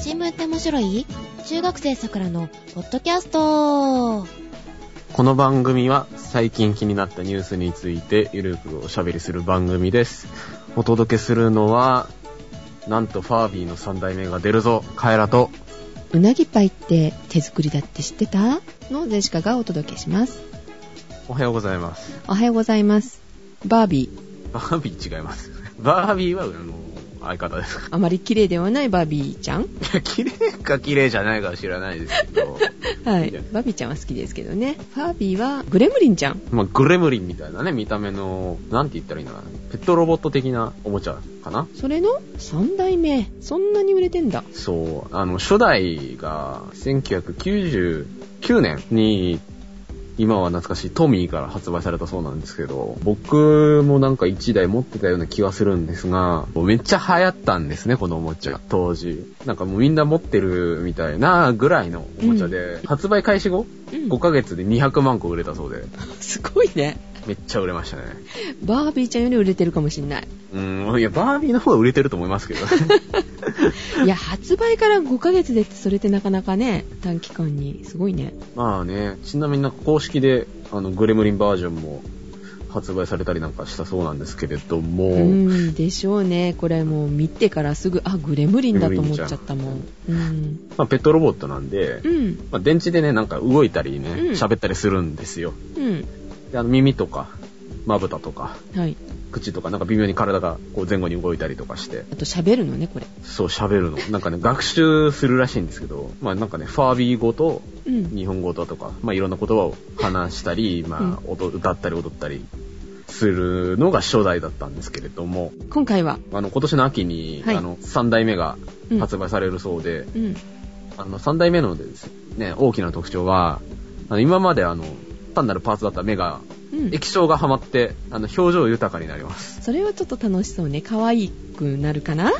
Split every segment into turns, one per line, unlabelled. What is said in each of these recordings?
新聞って面白い中学生さくらのポッドキャスト
この番組は最近気になったニュースについてゆるくおしゃべりする番組です。お届けするのは、なんとファービーの3代目が出るぞ、カエラと。
うなぎパイって手作りだって知ってたのデシカがお届けします。
おはようございます。
おはようございます。バービー。
バービー違います。バービーは、あの、相方ですか
あまり綺麗ではないバービーちゃん。
ら。綺麗か綺麗じゃないかは知らないですけど、
はい。 バービーちゃんは好きですけどね。ファービーはグレムリンちゃん。
まあ、グレムリンみたいなね、見た目の、なんて言ったらいいんだろうな。ペットロボット的なおもちゃかな
それの3代目。そんなに売れてんだ。
そう、あの、初代が1999年に、今は懐かしいトミーから発売されたそうなんですけど、僕もなんか1台持ってたような気がするんですが、めっちゃ流行ったんですね、このおもちゃ、当時。なんかもうみんな持ってるみたいなぐらいのおもちゃで、
うん
発売開始後、
うん
5ヶ月で200万個売れたそうで、
すごいね。
めっちゃ売れましたね。
バービーちゃんより売れてるかもしんない。
うん、いや、バービーの方が売れてると思いますけどね。
いや、発売から5ヶ月でってそれってなかなかね、短期間に。すごいね。
まあね、ちなみになんか公式で、あの、グレムリンバージョンも発売されたりなんかしたそうなんですけれども、
うん、でしょうね。これもう見てからすぐ、あ、グレムリンだと思っちゃったもん。うん。
まあペットロボットなんで、
うん。
まあ電池でね、なんか動いたりね
うん、
喋ったりするんですよ。
うん。
であの耳とか、まぶたとか、
はい。
口とか、なんか微妙に体がこう前後に動いたりとかして、
あと喋るのね、これ。
そう喋るの。なんかね、学習するらしいんですけど、まあなんかね、ファービー語と
うん。
日本語だとか、まあいろんな言葉を話したり、まあ音歌ったり踊ったりするのが初代だったんですけれども、
今回は、
あの、今年の秋に、
はい
あの、3代目が
うん
発売されるそうで、
うん。
あの、3代目のですね、大きな特徴は、あの、今まであの、単なるパーツだった目が、
うん。
液晶がはまって、あの、表情豊かになります。
それはちょっと楽しそうね。可愛くなるか な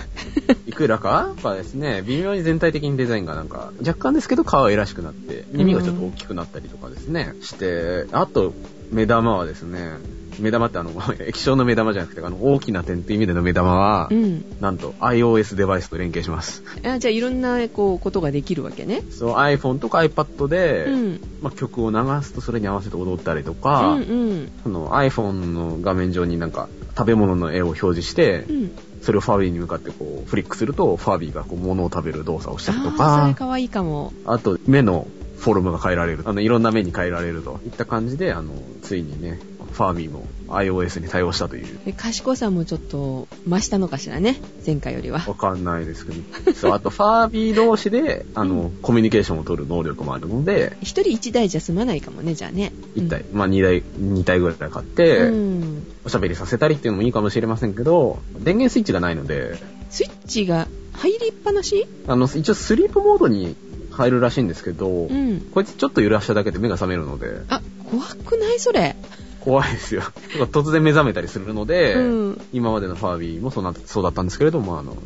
いくらかがですね、微妙に全体的にデザインがなんか、若干ですけど可愛らしくなって、耳がちょっと大きくなったりとかですね、して、あと、目玉はですね、目玉ってあの、 液晶の目玉じゃなくて、あの、大きな点という意味での目玉は、
うん。
なんと iOS デバイスと連携します。
あじゃあ、いろんな、こう、ことができるわけね。
そう iPhone とか iPad で、
うん。
まあ、曲を流すとそれに合わせて踊ったりと
う
か、
んうん。
その iPhone の画面上になんか食べ物の絵を表示して、
うん。
それをファービーに向かってこうフリックするとファービーがこう物を食べる動作をしたりと
ああ、それ
か
可愛いかも。
あと目のフォルムが変えられるあのいろんな目に変えられるといった感じであのついにねファービーも iOS に対応したという
え賢さもちょっと、増したのかしらね。前回よりは。
わかんないですけどそうあとファービー同士であの、コミュニケーションを取る能力もあるので
一人一台じゃ済まないかもね、じゃあね。
1体、まあ2台2体ぐらい買って、
うん。
おしゃべりさせたりっていうのもいいかもしれませんけど、電源スイッチがないので、
スイッチが入りっぱなし
あの、一応スリープモードに入るらしいんですけど、
うん。
こいつちょっと揺らしただけで目が覚めるので、
あ、怖くないそれ。
怖いですよ。 とか突然目覚めたりするので、
うん。
今までのファービーもそうなそうだったんですけれども、あの、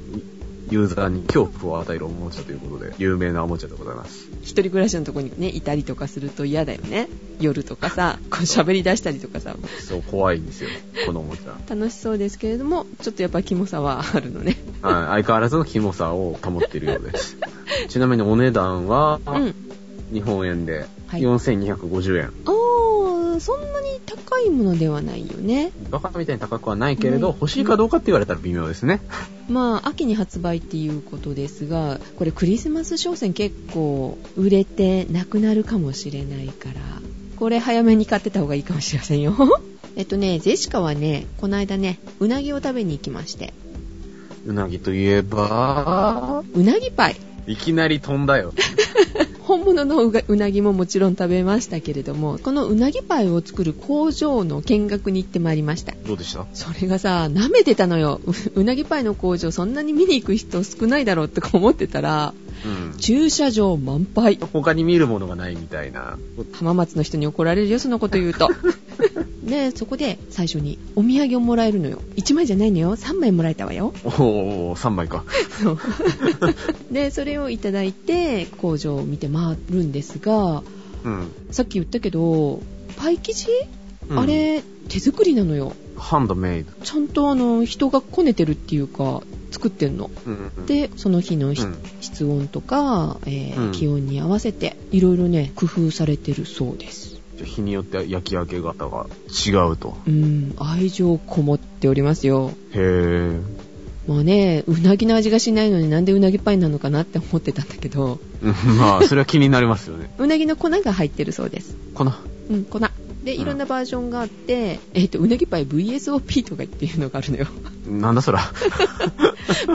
ユーザーに恐怖を与えるおもちゃということで、有名なおもちゃでございます。
一人暮らしのとこにね、いたりとかすると嫌だよね。夜とかさ、こう喋り出したりとかさ、
そう、怖いんですよ、このおもちゃ。
楽しそうですけれども、ちょっとやっぱキモさはあるのね。
はい、相変わらずのキモさを保っているようです。ちなみにお値段は、
うん。
日本円で
はい
4250円。
おー、そんなに高いものではないよね。
バカみたいに高くはないけれど、
うん
欲しいかどうかって言われたら微妙ですね。
まあ、秋に発売っていうことですが、これクリスマス商戦結構売れてなくなるかもしれないから、これ早めに買ってた方がいいかもしれませんよ。 えっとね、ゼシカはね、この間ね、うなぎを食べに行きまして、
うなぎといえば、
うなぎパイ。
いきなり飛んだよ。
本物のうがうなぎももちろん食べましたけれどもこのうなぎパイを作る工場の見学に行ってまいりました
どうでした
それがさ舐めてたのよ ううなぎパイの工場そんなに見に行く人少ないだろうとか思ってたら
うん。
駐車場満杯
他に見るものがないみたいな。
浜松の人に怒られるよそのこと言うと でそこで最初にお土産をもらえるのよ1枚じゃないのよ3枚もらえたわよ
おお3枚か。
そう でそれをいただいて工場を見て回るんですが
うん。
さっき言ったけどパイ生地
うん
あれ、手作りなのよ。
ハンドメイド。
ちゃんとあの、人がこねてるっていうか、作ってんの。
うんうん、
で、その日のひ、
うん
室温とか、えー
うん
気温に合わせて、いろいろね、工夫されてるそうです。
じゃあ日によって焼き上げ方が違うと。
うん、愛情こもっておりますよ。
へぇ
まあね、うなぎの味がしないのになんでうなぎパイなのかなって思ってたんだけど、
ー。 まあ、それは気になりますよね。
うなぎの粉が入ってるそうです。
この、
うん、粉。で、
うん
いろんなバージョンがあって、えっ、と、うなぎパイ VSOP とかっていうのがあ るのよ。
なんだそら。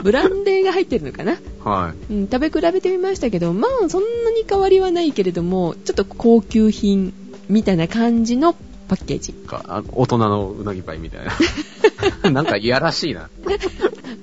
ブランデーが入ってるのかな、
は
うん、食べ比べてみましたけど、まあ、そんなに変わりはないけれども、ちょっと高級品みたいな感じのパッケージ。
い。かあ大人のうなぎパイみたい な。なんかいやらしいな。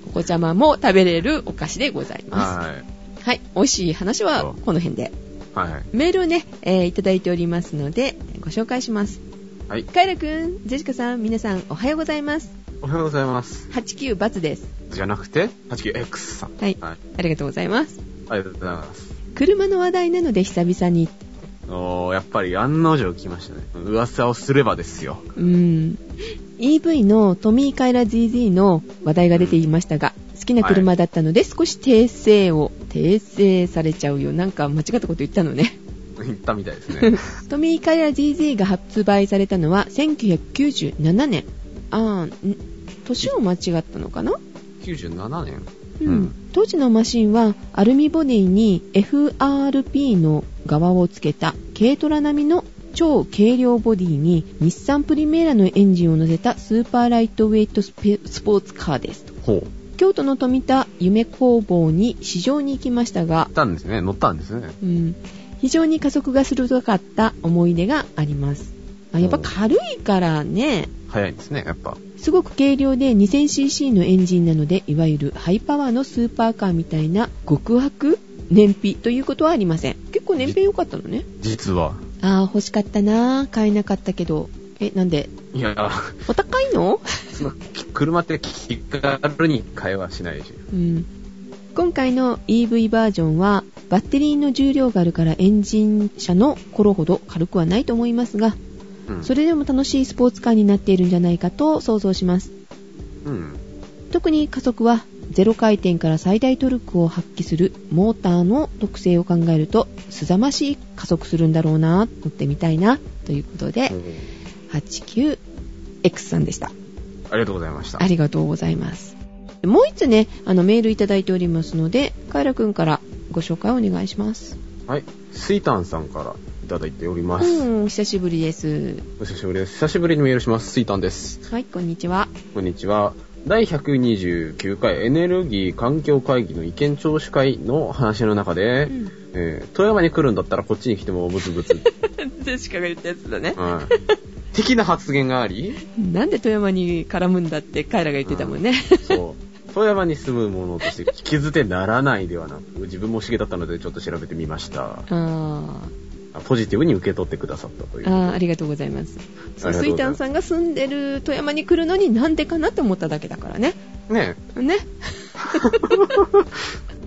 お子ちゃまも食べれるお菓子でございま
はい。
す。はい、美味しい話はこの辺で。
はいはい。
メールをね、えーいただいておりますので、ご紹介します。
はい。
カイラくん、ジェシカさん、皆さん、おはようございます。
おはようございます。
89バツです。
じゃなくて、89X さん。
はい
はい。
ありがとうございます。
ありがとうございます。
車の話題なので久々に。
おー、やっぱり案の定来ましたね。噂をすればですよ。
うん。EV のトミーカイラ ZZ の話題が出ていましたが、好きな車だったので少し訂正を、訂正されちゃうよ。なんか間違ったこと言ったのね。
言ったみたいです ね。
トミーカイラ GZ が発売されたのは1997年。あー、ん年を間違ったのかな
97年
うん
うん
当時のマシンはアルミボディに FRP の側をつけた軽トラ並みの超軽量ボディに日産プリメーラのエンジンを乗せたスーパーライトウェイトスペスポーツカーですと
ほう。行
京都の富田夢工房に試乗に行きましたが
っ、たんですね。乗ったんですね。
うん、非常に加速が鋭かった思い出がありますあやっぱ軽いからね
早いですね、やっぱ。
すごく軽量で 2000cc のエンジンなのでいわゆるハイパワーのスーパーカーみたいな極悪燃費ということはありません結構燃費良かったのね
実は。
ああ欲しかったなー買えなかったけどえなんで
いや、
お高いの、
その車って気軽に会話しないし。
うん、今回の EV バージョンはバッテリーの重量があるからエンジン車の頃ほど軽くはないと思いますが
うん。
それでも楽しいスポーツカーになっているんじゃないかと想像します
うん。
特に加速はゼロ回転から最大トルクを発揮するモーターの特性を考えるとすざましい加速するんだろうな乗ってみたいなということで 89X さんでした
ありがとうございました。
ありがとうございますもう一つねあのメールいただいておりますのでカイラくんからご紹介お願いします
はい。スイタンさんからいただいております。
うんお久しぶりです
お久しぶりです。久しぶりにメールします。スイタンです。
はいこんにち は
こんにちは。第129回エネルギー環境会議の意見聴取会の話の中で、
うん
えー富山に来るんだったらこっちに来てもブツブツ、
ジシカが言ったやつだね
は い、的な発言があり、
なんで富山に絡むんだってカイラが言ってたもんね。
そう。富山に住む者として聞き捨てならないではなく、自分も茂だったのでちょっと調べてみました。
あ
ポジティブに受け取ってくださったという。
ーあー、ありがとうございます。そう、
ありがとうございます
スイタンさんが住んでる富山に来るのになんでかなって思っただけだからね。
ね、
ね。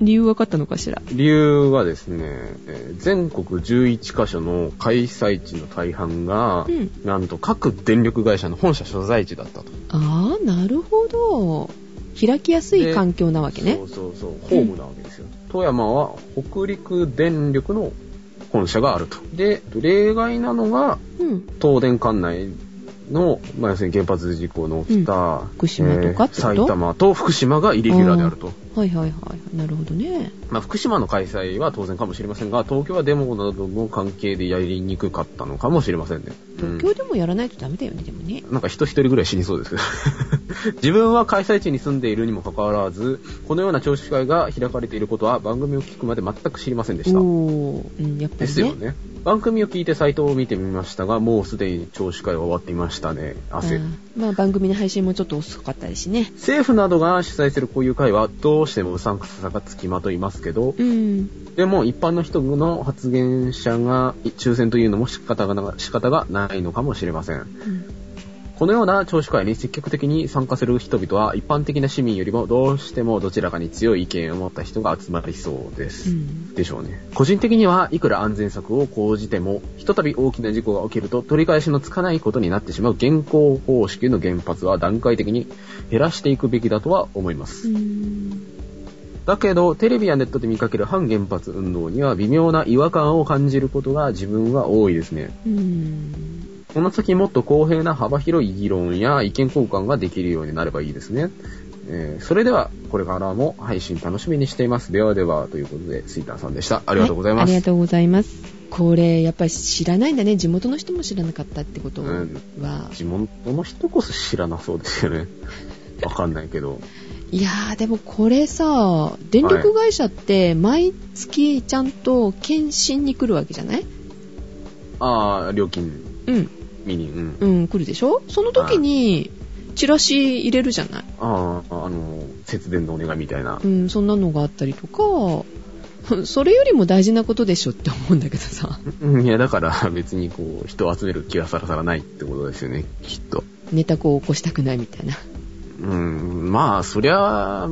理由分かったのかしら。
理由はですね、えー全国11カ所の開催地の大半が、
うん
なんと各電力会社の本社所在地だったと。
ああ、なるほど。開きやすい環境なわけね
そ。うそうそう、ホームなわけですよ。富山は北陸電力の本社があると。で、例外なのが、
うん。
東電管内の、まあ、要するに原発事故の起きた、
福島とかってこと
埼玉と福島がイレギュラーであると。
はいはいはい。なるほどね。
まあ、福島の開催は当然かもしれませんが、東京はデモなどの関係でやりにくかったのかもしれませんね。うん
東京でもやらないとダメだよね、でもね。
なんか人一人ぐらい死にそうですけど。 自分は開催地に住んでいるにもかかわらず、このような聴取会が開かれていることは番組を聞くまで全く知りませんでした。
おー、うん、やっぱ
で
り
す
ね
よ。ね。番組を聞いてサイトを見てみましたが、もうすでに聴取会は終わっていましたね。
あ
汗。
ーまあ番組の配信もちょっと遅かったですしね。
政府などが主催するこういう会はどうしてもうさんくささがつきまといますけど、
うん。
でも一般の人の発言者が抽選というのも仕方がな仕方がないのかもしれませ
う
ん。
ん
このような聴取会に積極的に参加する人々は一般的な市民よりもどうしてもどちらかに強い意見を持った人が集まりそうです。
うん
でしょうね。個人的にはいくら安全策を講じても、ひとたび大きな事故が起きると取り返しのつかないことになってしまう現行方式の原発は段階的に減らしていくべきだとは思います。
うん
だけど、テレビやネットで見かける反原発運動には微妙な違和感を感じることが自分は多いですね。
うん
この先もっと公平な幅広い議論や意見交換ができるようになればいいですね。えーそれでは、これからも配信楽しみにしています。ではでは、ということで、スイターさんでした。あ
あ
りがとうございま
あ
す。
りがとうございますこれやっぱり知らないんだね地元の人も知らなかったってことは、
うん地元の人こそ知らなそうですよね。 わかんないけど。
いやーでもこれさ電力会社って毎月ちゃんと検診に来るわけじゃない
ああ、料金
うん
見に、うん。
うん来るでしょその時にチラシ入れるじゃない
ああ、あの、節電のお願いみたいな
う。んそんなのがあったりとかそれよりも大事なことでしょって思うんだけどさ
うん、いや、だから別にこう、人を集める気はさらさらないってことですよね、きっと。
寝た子を起こしたくないみたいな
うん、まあ、そりゃ、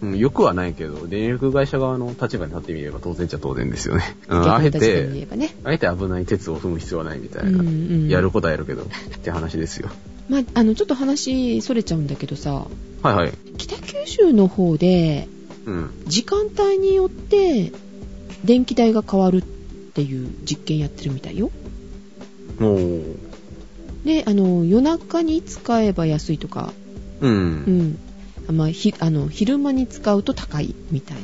うんよくはないけど、電力会社側の立場に立ってみれば当然っちゃ当然ですよね。うん、あ
逆
え
の立場に言え
て、
ばね
あえて危ない鉄を踏む必要はないみた
う
いな。
んうん
やることはやるけど、って話ですよ。
まあ、あのちょっと話それちゃうんだけどさ
はいはい。
北九州の方で
うん。
時間帯によって電気代が変わるっていう実験やってるみたいよ
もう、
であの夜中に使えば安いとか、
う。
うんんあまあ、ひあの昼間に使うと高いみたい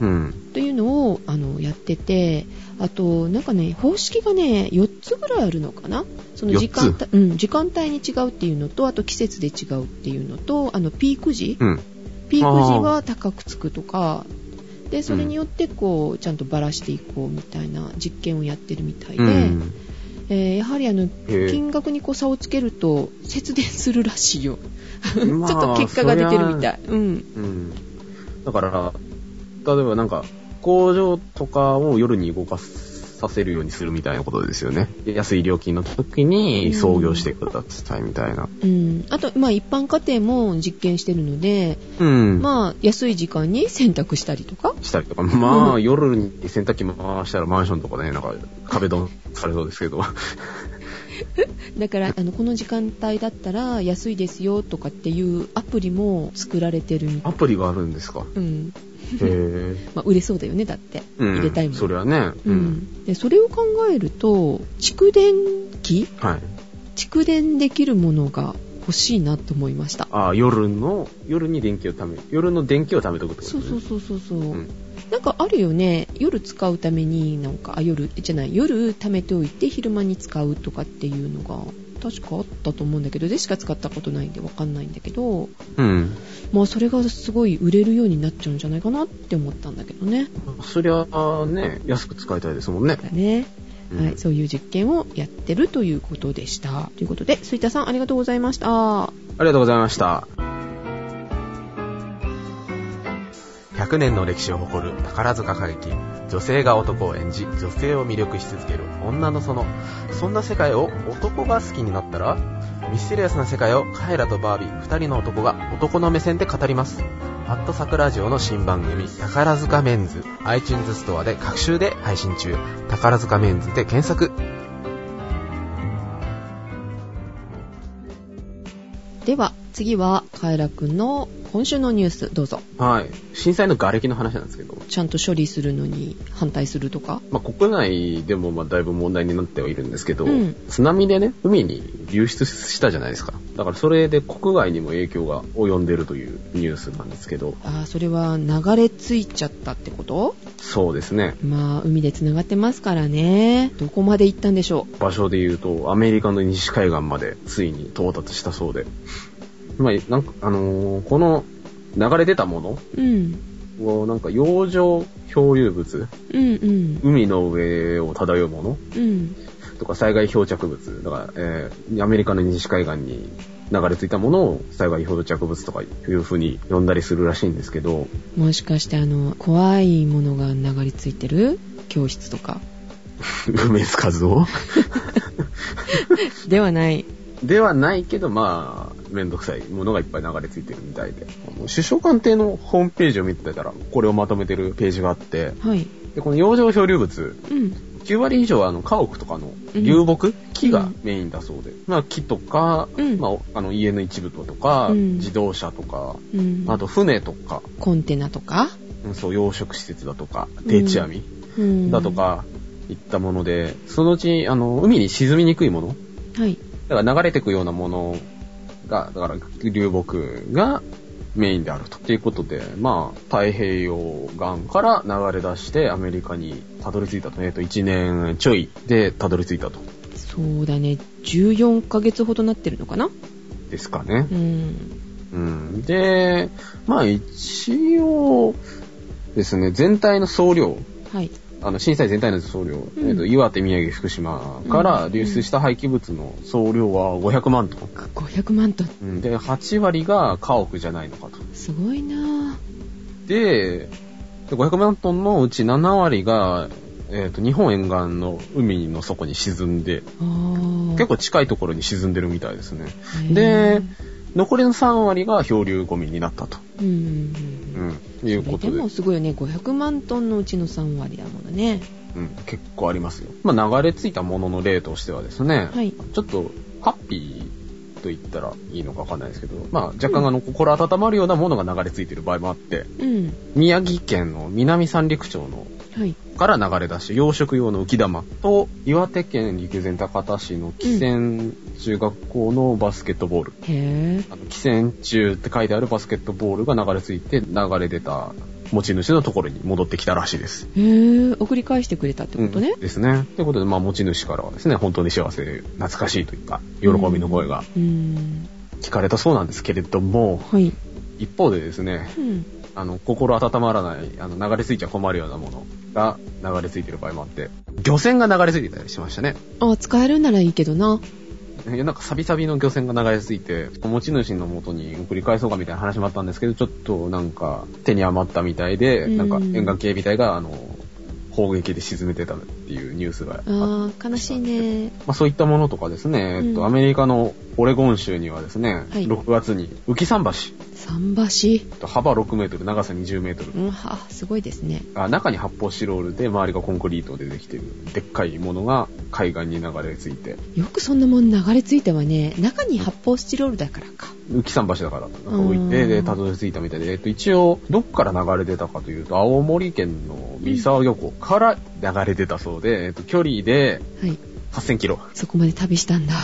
な
うん。
というのをあのやっててあとなんかね方式がね4つぐらいあるのかなその時間
4
帯、うん、時間帯に違うっていうのとあと季節で違うっていうのとあのピーク時、
うん。
ピーク時は高くつくとかでそれによってこうちゃんとばらしていこうみたいな実験をやってるみたいで、
うん。
えーやはりあの
へえ
金額にこう差をつけると節電するらしいよ ちょ
まあ
っと結果が出てるみたい、うん、
うん。だから、例えばなんか、工場とかを夜に動かさせるようにするみたいなことですよね。安い料金の時に創業してくださいみたいな。
うん、あと、まあ、一般家庭も実験してるので、
うん。
まあ、安い時間に洗濯したりとか
したりとか、ま
う
あ、夜に洗濯機回したらマンションとかね、なんか壁ドンされそうで すけど。
だからあのこの時間帯だったら安いですよとかっていうアプリも作られてるみた
ア
い、
プリがあるんですか。
うん
へえ。
まあ、売れそうだよねだって
うん。
入れたいもん
それはね。
う。ん、でそれを考えると蓄電器
はい。
蓄電できるものが欲しいなと思いました
ああ、夜の、夜に電気をため、夜の電気を貯めとくってこと
そ
で
う
すね。
そうそうそうそう、
ん
なんかあるよね夜使うためになんかあ夜じゃない夜貯めておいて昼間に使うとかっていうのが確かあったと思うんだけどでしか使ったことないんでわかんないんだけど
うん。
まあそれがすごい売れるようになっちゃうんじゃないかなって思ったんだけどね
そりゃあね、安く使いたいですもんね。
だね、
うん
はい、そういう実験をやってるということでしたということで杉田さんありがとうございました
ありがとうございました。100年の歴史を誇る宝塚歌劇、女性が男を演じ、女性を魅力し続ける女の園。そんな世界を男が好きになったら、ミステリアスな世界をカエラとバービー二人の男が男の目線で語ります。アットサクラジオの新番組、宝塚メンズ、iTunes ストアで各週で配信中、宝塚メンズで検索。
では次はカエラくんの今週のニュースどうぞ
はい。震災の瓦礫の話なんですけど、
ちゃんと処理するのに反対するとか
まあ、国内でもまあだいぶ問題になってはいるんですけど、
うん
津波でね、海に流出したじゃないですか。だからそれで国外にも影響が及んでるというニュースなんですけど、
ああそれは流れ着いちゃったってこと
そうですね。
まあ海でつながってますからねどこまで行ったんでしょ
場所で言うと、アメリカの西海岸までついに到達したそうで。まあ、なんか、あのーこの流れ出たも
う、うん、
のを、なんか洋上漂流物、
うんうん
海の上を漂うもの
うん
とか災害漂着物、だから、えーアメリカの西海岸に流れ着いたものを災害漂着物とかいう風に呼んだりするらしいんですけど、
もしかしてあの怖いものが流れ着いてる教室とか
梅津和夫
ではない
ではないけど、まあ、めんどくさいものがいっぱい流れ着いてるみたいで。もう首相官邸のホームページを見てたら、これをまとめてるページがあって、
はい。
で、この洋上漂流物、
うん。
9割以上はあの家屋とかの流木、木がメインだそうで、まあ木とか、
うん
まあ、あの家の一部とか、
うん
自動車とか、
うん。
あと船とか、
コンテナとか、
うんそう養殖施設だとか、定置網
うん
だと。か、いったもので、そのうち、あの、海に沈みにくいもの、
はい。
だから流れてくようなものが、だから流木がメインであると。っていうことで、まあ、太平洋岸から流れ出してアメリカにたどり着いたと。えっ、と、1年ちょいでたどり着いたと。
そうだね。14ヶ月ほどなってるのかな
ですかね
う。ん。
うん。で、まあ一応ですね、全体の総量、
はい。
あの、震災全体の総量、
うん
えっと、岩手、宮城、福島から流出した廃棄物の総量は500万トン。
500万トン。
うんで、8割が家屋じゃないのかと。
すごいなぁ。
で、500万トンのうち7割が、えっ、と、日本沿岸の海の底に沈んで、
あー
結構近いところに沈んでるみたいですね。
へー
で残りの3割が漂流ゴミになったと。
うんうん
う
うん
ん。いうこ
そ
と
れで
で
も、すごいよね500万トンのうちの3割だものね
うん、結構ありますよ。まあ、流れ着いたものの例としてはですね、
はい
ちょっと、ハッピーと言ったらいいのかわかんないですけど、まあ、若干あの、心温まるようなものが流れ着いてる場合もあって、
うん
宮城県の南三陸町の
はい
から流れ出して養殖用の浮き玉と岩手県陸前高田市の汽船中学校のバスケットボール、
へえ
あの汽船中って書いてあるバスケットボールが流れ着いて流れ出た持ち主のところに戻ってきたらしいです。
へえ送り返してくれたってことね
うんですね。ということで、まあ、持ち主からはですね、本当に幸せ、懐かしいというか、喜びの声が
うん、
聞かれたそうなんですけれども、
はい、
一方でですね、
うん、
あの、心温まらない、あの、流れ着いちゃ困るようなものが流れ着いてる場合もあって、漁船が流れ着いてたりしましたね。
あ使えるならいいけどない
やなんかサビサビの漁船が流れ着いて、持ち主の元に送り返そうかみたいな話もあったんですけど、ちょっとなんか手に余ったみたいで、
うん
なんか沿岸警備隊が、あの、砲撃で沈めてたっていうニュースが
あ
あって、
ー悲しいね
まあ、そういったものとかですね、えっ
うん
と、アメリカのオレゴン州にはですね、
はい
6月に浮き桟橋、
桟橋
えっと幅6メートル、長さ20メートル、
うんはすごいですね
あ中に発泡スチロールで周りがコンクリートでできてる、でっかいものが海岸に流れ着いて、
よくそんなもん流れ着いたわね中に発泡スチロールだからか
浮き桟橋だからなんか置いて、
うん
で、たどり着いたみたいで、えっと、一応、どっから流れ出たかというと、青森県の三沢漁港から流れ出たそうで、えっと、距離で
はい
8000キロ。
そこまで旅したんだ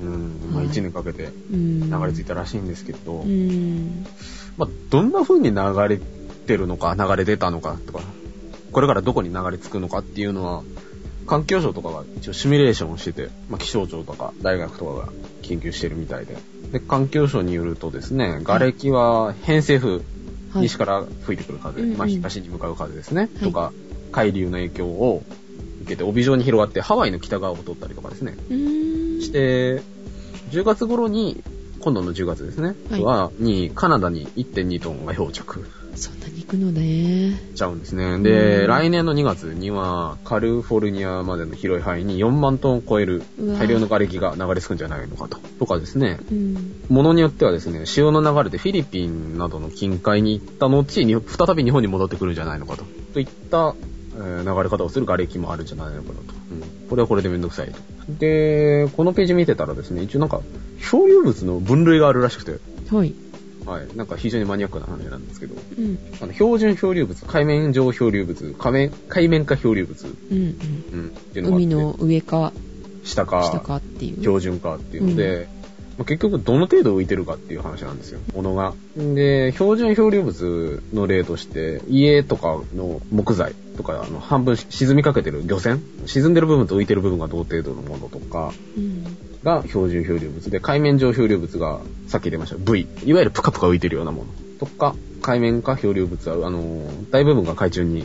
うん、ま
は
あ
い
1年かけて
うん
流れ着いたらしいんですけど、
うん
まあ、どんな風に流れてるのか、流れ出たのかとか、これからどこに流れ着くのかっていうのは、環境省とかが一応シミュレーションをしてて、まあ、気象庁とか大学とかが研究してるみたいで。で、環境省によるとですね、瓦礫は偏西風、
はい
西から吹いてくる風、
うんうん
まあ、東に向かう風ですね、
い
とか、海流の影響を受けて帯状に広がってハワイの北側を通ったりとかですね、
うん
して、10月頃に、今度の10月ですね、
はい
は、に、カナダに1.2トンが漂着
そんなに行くのね
しちゃうんですね。で、
うん
来年の2月には、カリフォルニアまでの広い範囲に4万トンを超える
うわ
大量の瓦礫が流れ着くんじゃないのかと。とかですね、
うん
ものによってはですね、潮の流れでフィリピンなどの近海に行った後に、再び日本に戻ってくるんじゃないのかと。といった、えー流れ方をする瓦礫もあるんじゃないのかなと。うんこれはこれでめんどくさいと。で、このページ見てたらですね、一応なんか、漂流物の分類があるらしくて、
はい
はい、なんか非常にマニアックな話なんですけど、
うん
あの標準漂流物、海面上漂流物、海面海面下漂流物、
うん
うん、ってい
うん
うのがあって
海の上か
下か
下かっていう
標準かっていうので、まあ結局どの程度浮いてるかっていう話なんですよ、ものが。で、標準漂流物の例として、家とかの木材とか、あの半分沈みかけてる漁船、沈んでる部分と浮いてる部分が同程度のものとか
うん
が標準漂流物で、海面上漂流物がさっき出ました V、いわゆるプカプカ浮いてるようなものとか、海面下漂流物は、あのー大部分が海中に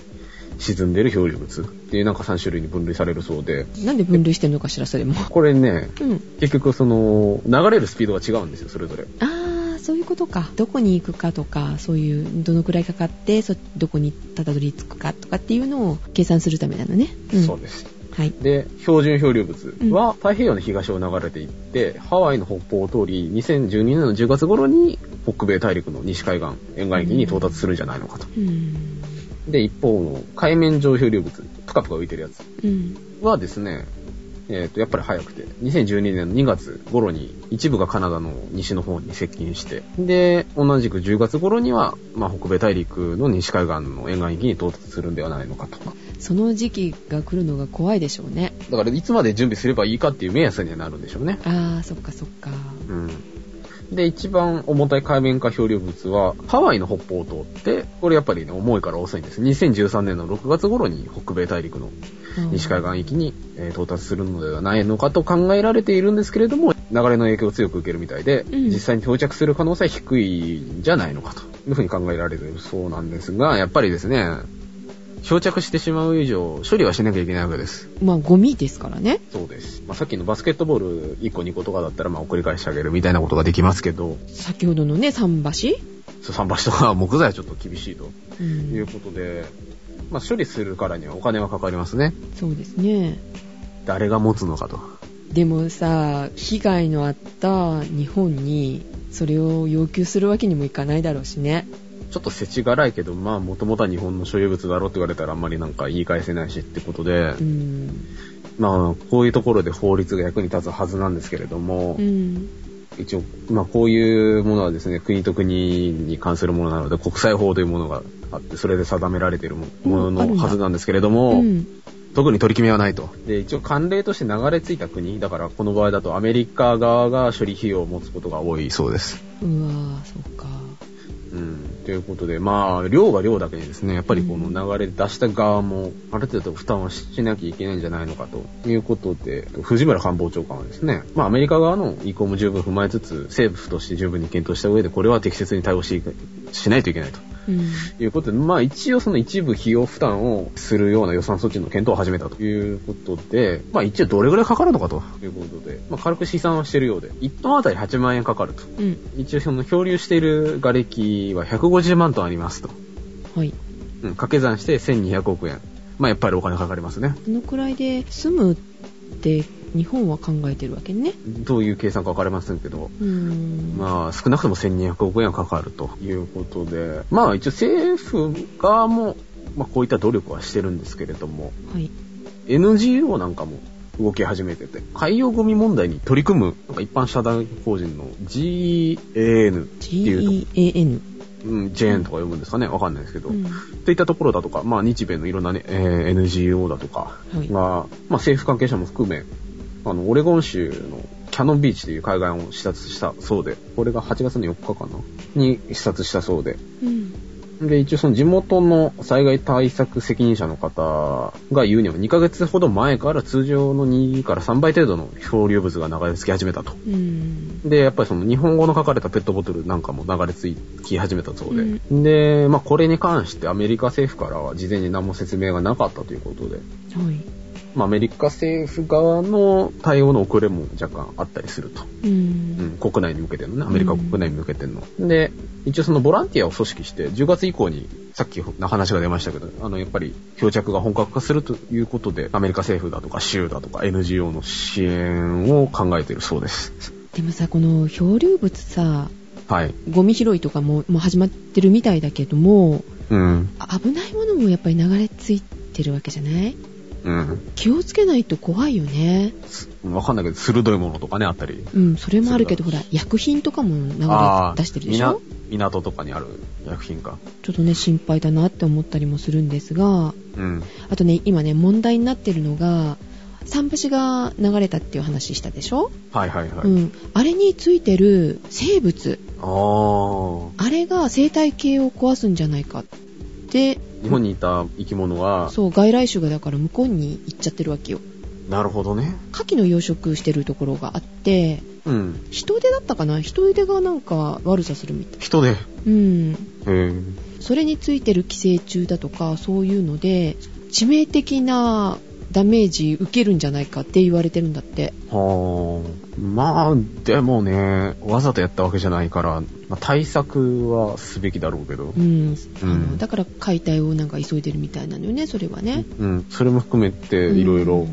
沈んでる漂流物っていうなんか3種類に分類されるそうで、
なんで分類してんのかしらそれも
これね、
うん
結局その流れるスピードが違うんですよそれぞれ
ああそういうことかどこに行くかとかそういうどのくらいかかってそどこにたどり着くかとかっていうのを計算するためなのね、ん、
そうです
はい
で、標準漂流物は太平洋の東を流れていって、ハワイの北方を通り、2012年の10月頃に北米大陸の西海岸、沿岸域に到達するんじゃないのかと。
うん
で、一方の海面上漂流物、ぷかぷか浮いてるやつ
うん
はですね、えっ、と、やっぱり早くて、2012年の2月頃に一部がカナダの西の方に接近して、で、同じく10月頃には、まあ、北米大陸の西海岸の沿岸域に到達するんではないのかと。
その時期が来るのが怖いでしょうね
だから、いつまで準備すればいいかっていう目安にはなるんでしょうね。
あーそっかそっか
うん。で、一番重たい海面下漂流物は、ハワイの北方を通って、これやっぱりね、重いから遅いんです。2013年の6月頃に北米大陸の西海岸域に、えー到達するのではないのかと考えられているんですけれども、流れの影響を強く受けるみたいで、
ん
実際に到着する可能性は低いんじゃないのかというふうに考えられるそうなんですが、やっぱりですね、漂着してしまう以上、処理はしなきゃいけないわけです。
まあゴミですからね
そうです。まあ、さっきのバスケットボール1個2個とかだったら、まあ、送り返してあげるみたいなことができますけど、
先ほどのね桟橋、
そう桟橋とかは木材はちょっと厳しいと
う、
いうんことで、まあ、処理するからにはお金はかかりますね。
そうですね
誰が持つのかと。
でもさ被害のあった日本にそれを要求するわけにもいかないだろうしね
ちょっと世知辛いけど、まあ、もともとは日本の所有物だろうって言われたら、あんまりなんか言い返せないしってことで、
うん
まあ、こういうところで法律が役に立つはずなんですけれども、
うん
一応、まあ、こういうものはですね、国と国に関するものなので、国際法というものがあって、それで定められているもも
うんある
の
んだ
はずなんですけれど
う
も、
ん
特に取り決めはないと。で、一応慣例として流れ着いた国、だからこの場合だとアメリカ側が処理費用を持つことが多いそうです。
うわーそうか
うんということで、まあ、量が量だけにですね、やっぱりこの流れ出した側も、ある程度負担はしなきゃいけないんじゃないのかということで、藤村官房長官はですね、まあ、アメリカ側の意向も十分踏まえつつ、政府として十分に検討した上で、これは適切に対応ししないといけないと
うん
いうことで、まあ、一応その一部費用負担をするような予算措置の検討を始めたということで、まあ、一応どれぐらいかかるのかということで、まあ、軽く試算はしてるようで、1トンあたり8万円かかると。
うん
一応その漂流している瓦礫は150万トンありますと。
はい
うん、掛け算して1200億円。まあやっぱりお金かかりますね。
そのくらいで済むって日本は考えてるわけね
どういう計算かわかりませんけど。
うん
まあ少なくとも1200億円はかかるということで、まあ一応政府側も、まあこういった努力はしてるんですけれども、
はい、
NGO なんかも動き始めてて、海洋ゴミ問題に取り組む、なんか一般社団法人の GAN っていうとこ
GEAN、
うん、ジェーンとか呼ぶんですかねわかんないですけど、
うん
といったところだとか、まあ、日米のいろんなね、えー NGO だとか
はい
が、まあ、政府関係者も含め、あの、オレゴン州のキャノンビーチという海岸を視察したそうで、これが8月の4日かなに視察したそうで、
うん
で、一応その地元の災害対策責任者の方が言うには2ヶ月ほど前から通常の2から3倍程度の漂流物が流れ着き始めたと。
うん
で、やっぱりその日本語の書かれたペットボトルなんかも流れ着き始めたそうで。で、まあこれに関してアメリカ政府からは事前に何も説明がなかったということで、
はい
まあアメリカ政府側の対応の遅れも若干あったりすると。
う
うんん、国内に向けてのね、アメリカ国内に向けての。で、一応そのボランティアを組織して、10月以降に、さっきの話が出ましたけど、あの、やっぱり漂着が本格化するということで、アメリカ政府だとか州だとか NGO の支援を考えているそうです。
でもさこの漂流物さ
はい。
ゴミ拾いとかももう始まってるみたいだけども
うん。
あ危ないものもやっぱり流れ着いてるわけじゃない
うん。
気をつけないと怖いよね
すわかんないけど、鋭いものとかね、あったり。
うんそれもあるけどほら薬品とかも流れ出してるでし
あ
ょ
ーみな港とかにある薬品か。
ちょっとね心配だなって思ったりもするんですが
うん。
あとね今ね問題になってるのが桟橋が流れたっていう話したでしょ、
はいはいはい。
うん、あれについてる生物
あー。
あれが生態系を壊すんじゃないかって
日本にいた生き物は、
そう外来種がだから向こうに行っちゃってるわけよ
なるほどね。
牡蠣の養殖してるところがあって
うん。
人手だったかな人手がなんか悪さするみたい
人で。へ
うん
え。
それについてる寄生虫だとかそういうので致命的なダメージ受けるんじゃないかって言われてるんだって
はあ、まあ、でもね、わざとやったわけじゃないから、まあ対策はすべきだろうけど
う、ん、あ
う
の
ん
だから解体をなんか急いでるみたいなのよねそれはね
うん、それも含めていろいろ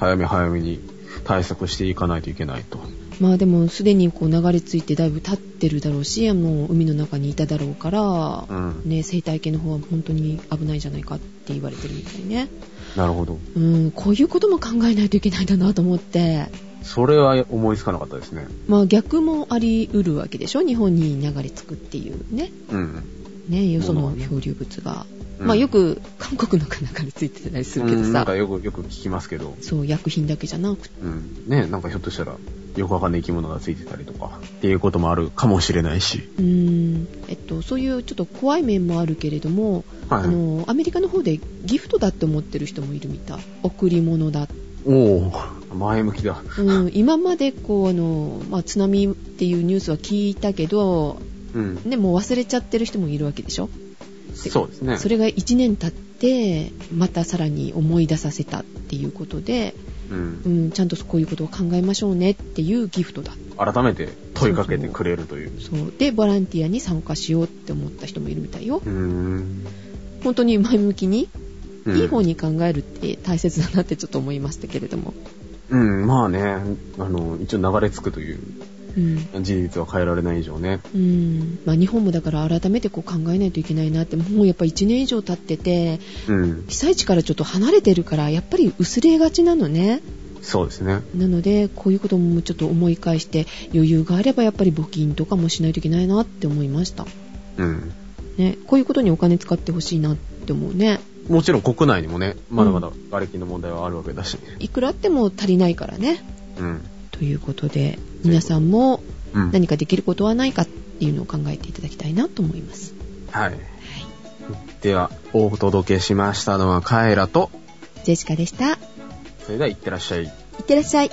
早め早めに対策していかないといけないと。
まあでもすでにこう流れ着いてだいぶ経ってるだろうしあの海の中にいただろうから
う、ん。
ね、生態系の方は本当に危ないんじゃないかって言われてるみたいね、
なるほど。
うん、こういうことも考えないといけないんだなと思って、
それは思いつかなかったですね。
まあ、逆もあり得るわけでしょ日本に流れ着くっていうね
うん。
ねよそ
もの
の
はね
漂流物が、
うん
まあ、よく韓国の中についてたりするけど
うん、なん
さ、
かよく、よく聞きますけど。
そう薬品だけじゃなくて
うん。ねなんかひょっとしたら、よくわかんない生き物がついてたりとか、っていうこともあるかもしれないし。
うーん、えっと、そういうちょっと怖い面もあるけれども、
はい。
あのアメリカの方でギフトだって思ってる人もいるみたい贈り物だ、
おお前向きだ。
うん、今までこうあの、まあ、津波っていうニュースは聞いたけど、
うん。
ね、もう忘れちゃってる人もいるわけでしょ、
そうですね。
それが1年経ってまたさらに思い出させたっていうことで、
うん
う。ん、ちゃんとこういうことを考えましょうねっていうギフトだ
改めて問いかけてくれるという。
そうでボランティアに参加しようって思った人もいるみたいよ
うーん。
本当に前向きに
うん
いい方に考えるって大切だなってちょっと思いましたけれども、
うん、まあね、あの、一応流れ着くという
うん
事実は変えられない以上ね。
うんまあ、日本もだから改めてこう考えないといけないなってもうやっぱ1年以上経ってて
うん、
被災地からちょっと離れてるからやっぱり薄れがちなのね
そうですね。
なのでこういうこともちょっと思い返して余裕があればやっぱり募金とかもしないといけないなって思いました、
うん。
ね、こういうことにお金使ってほしいなって思うね
もちろん国内にもね、まだまだ瓦礫の問題はあるわけだし。
いくらあっても足りないからね
うん。
ということで皆さんも
うん。
何かできることはないかっていうのを考えていただきたいなと思います
はい。では、お届けしましたのはカエラと、
ジェシカでしたい
それではいってらっしゃい。
ってらっしゃい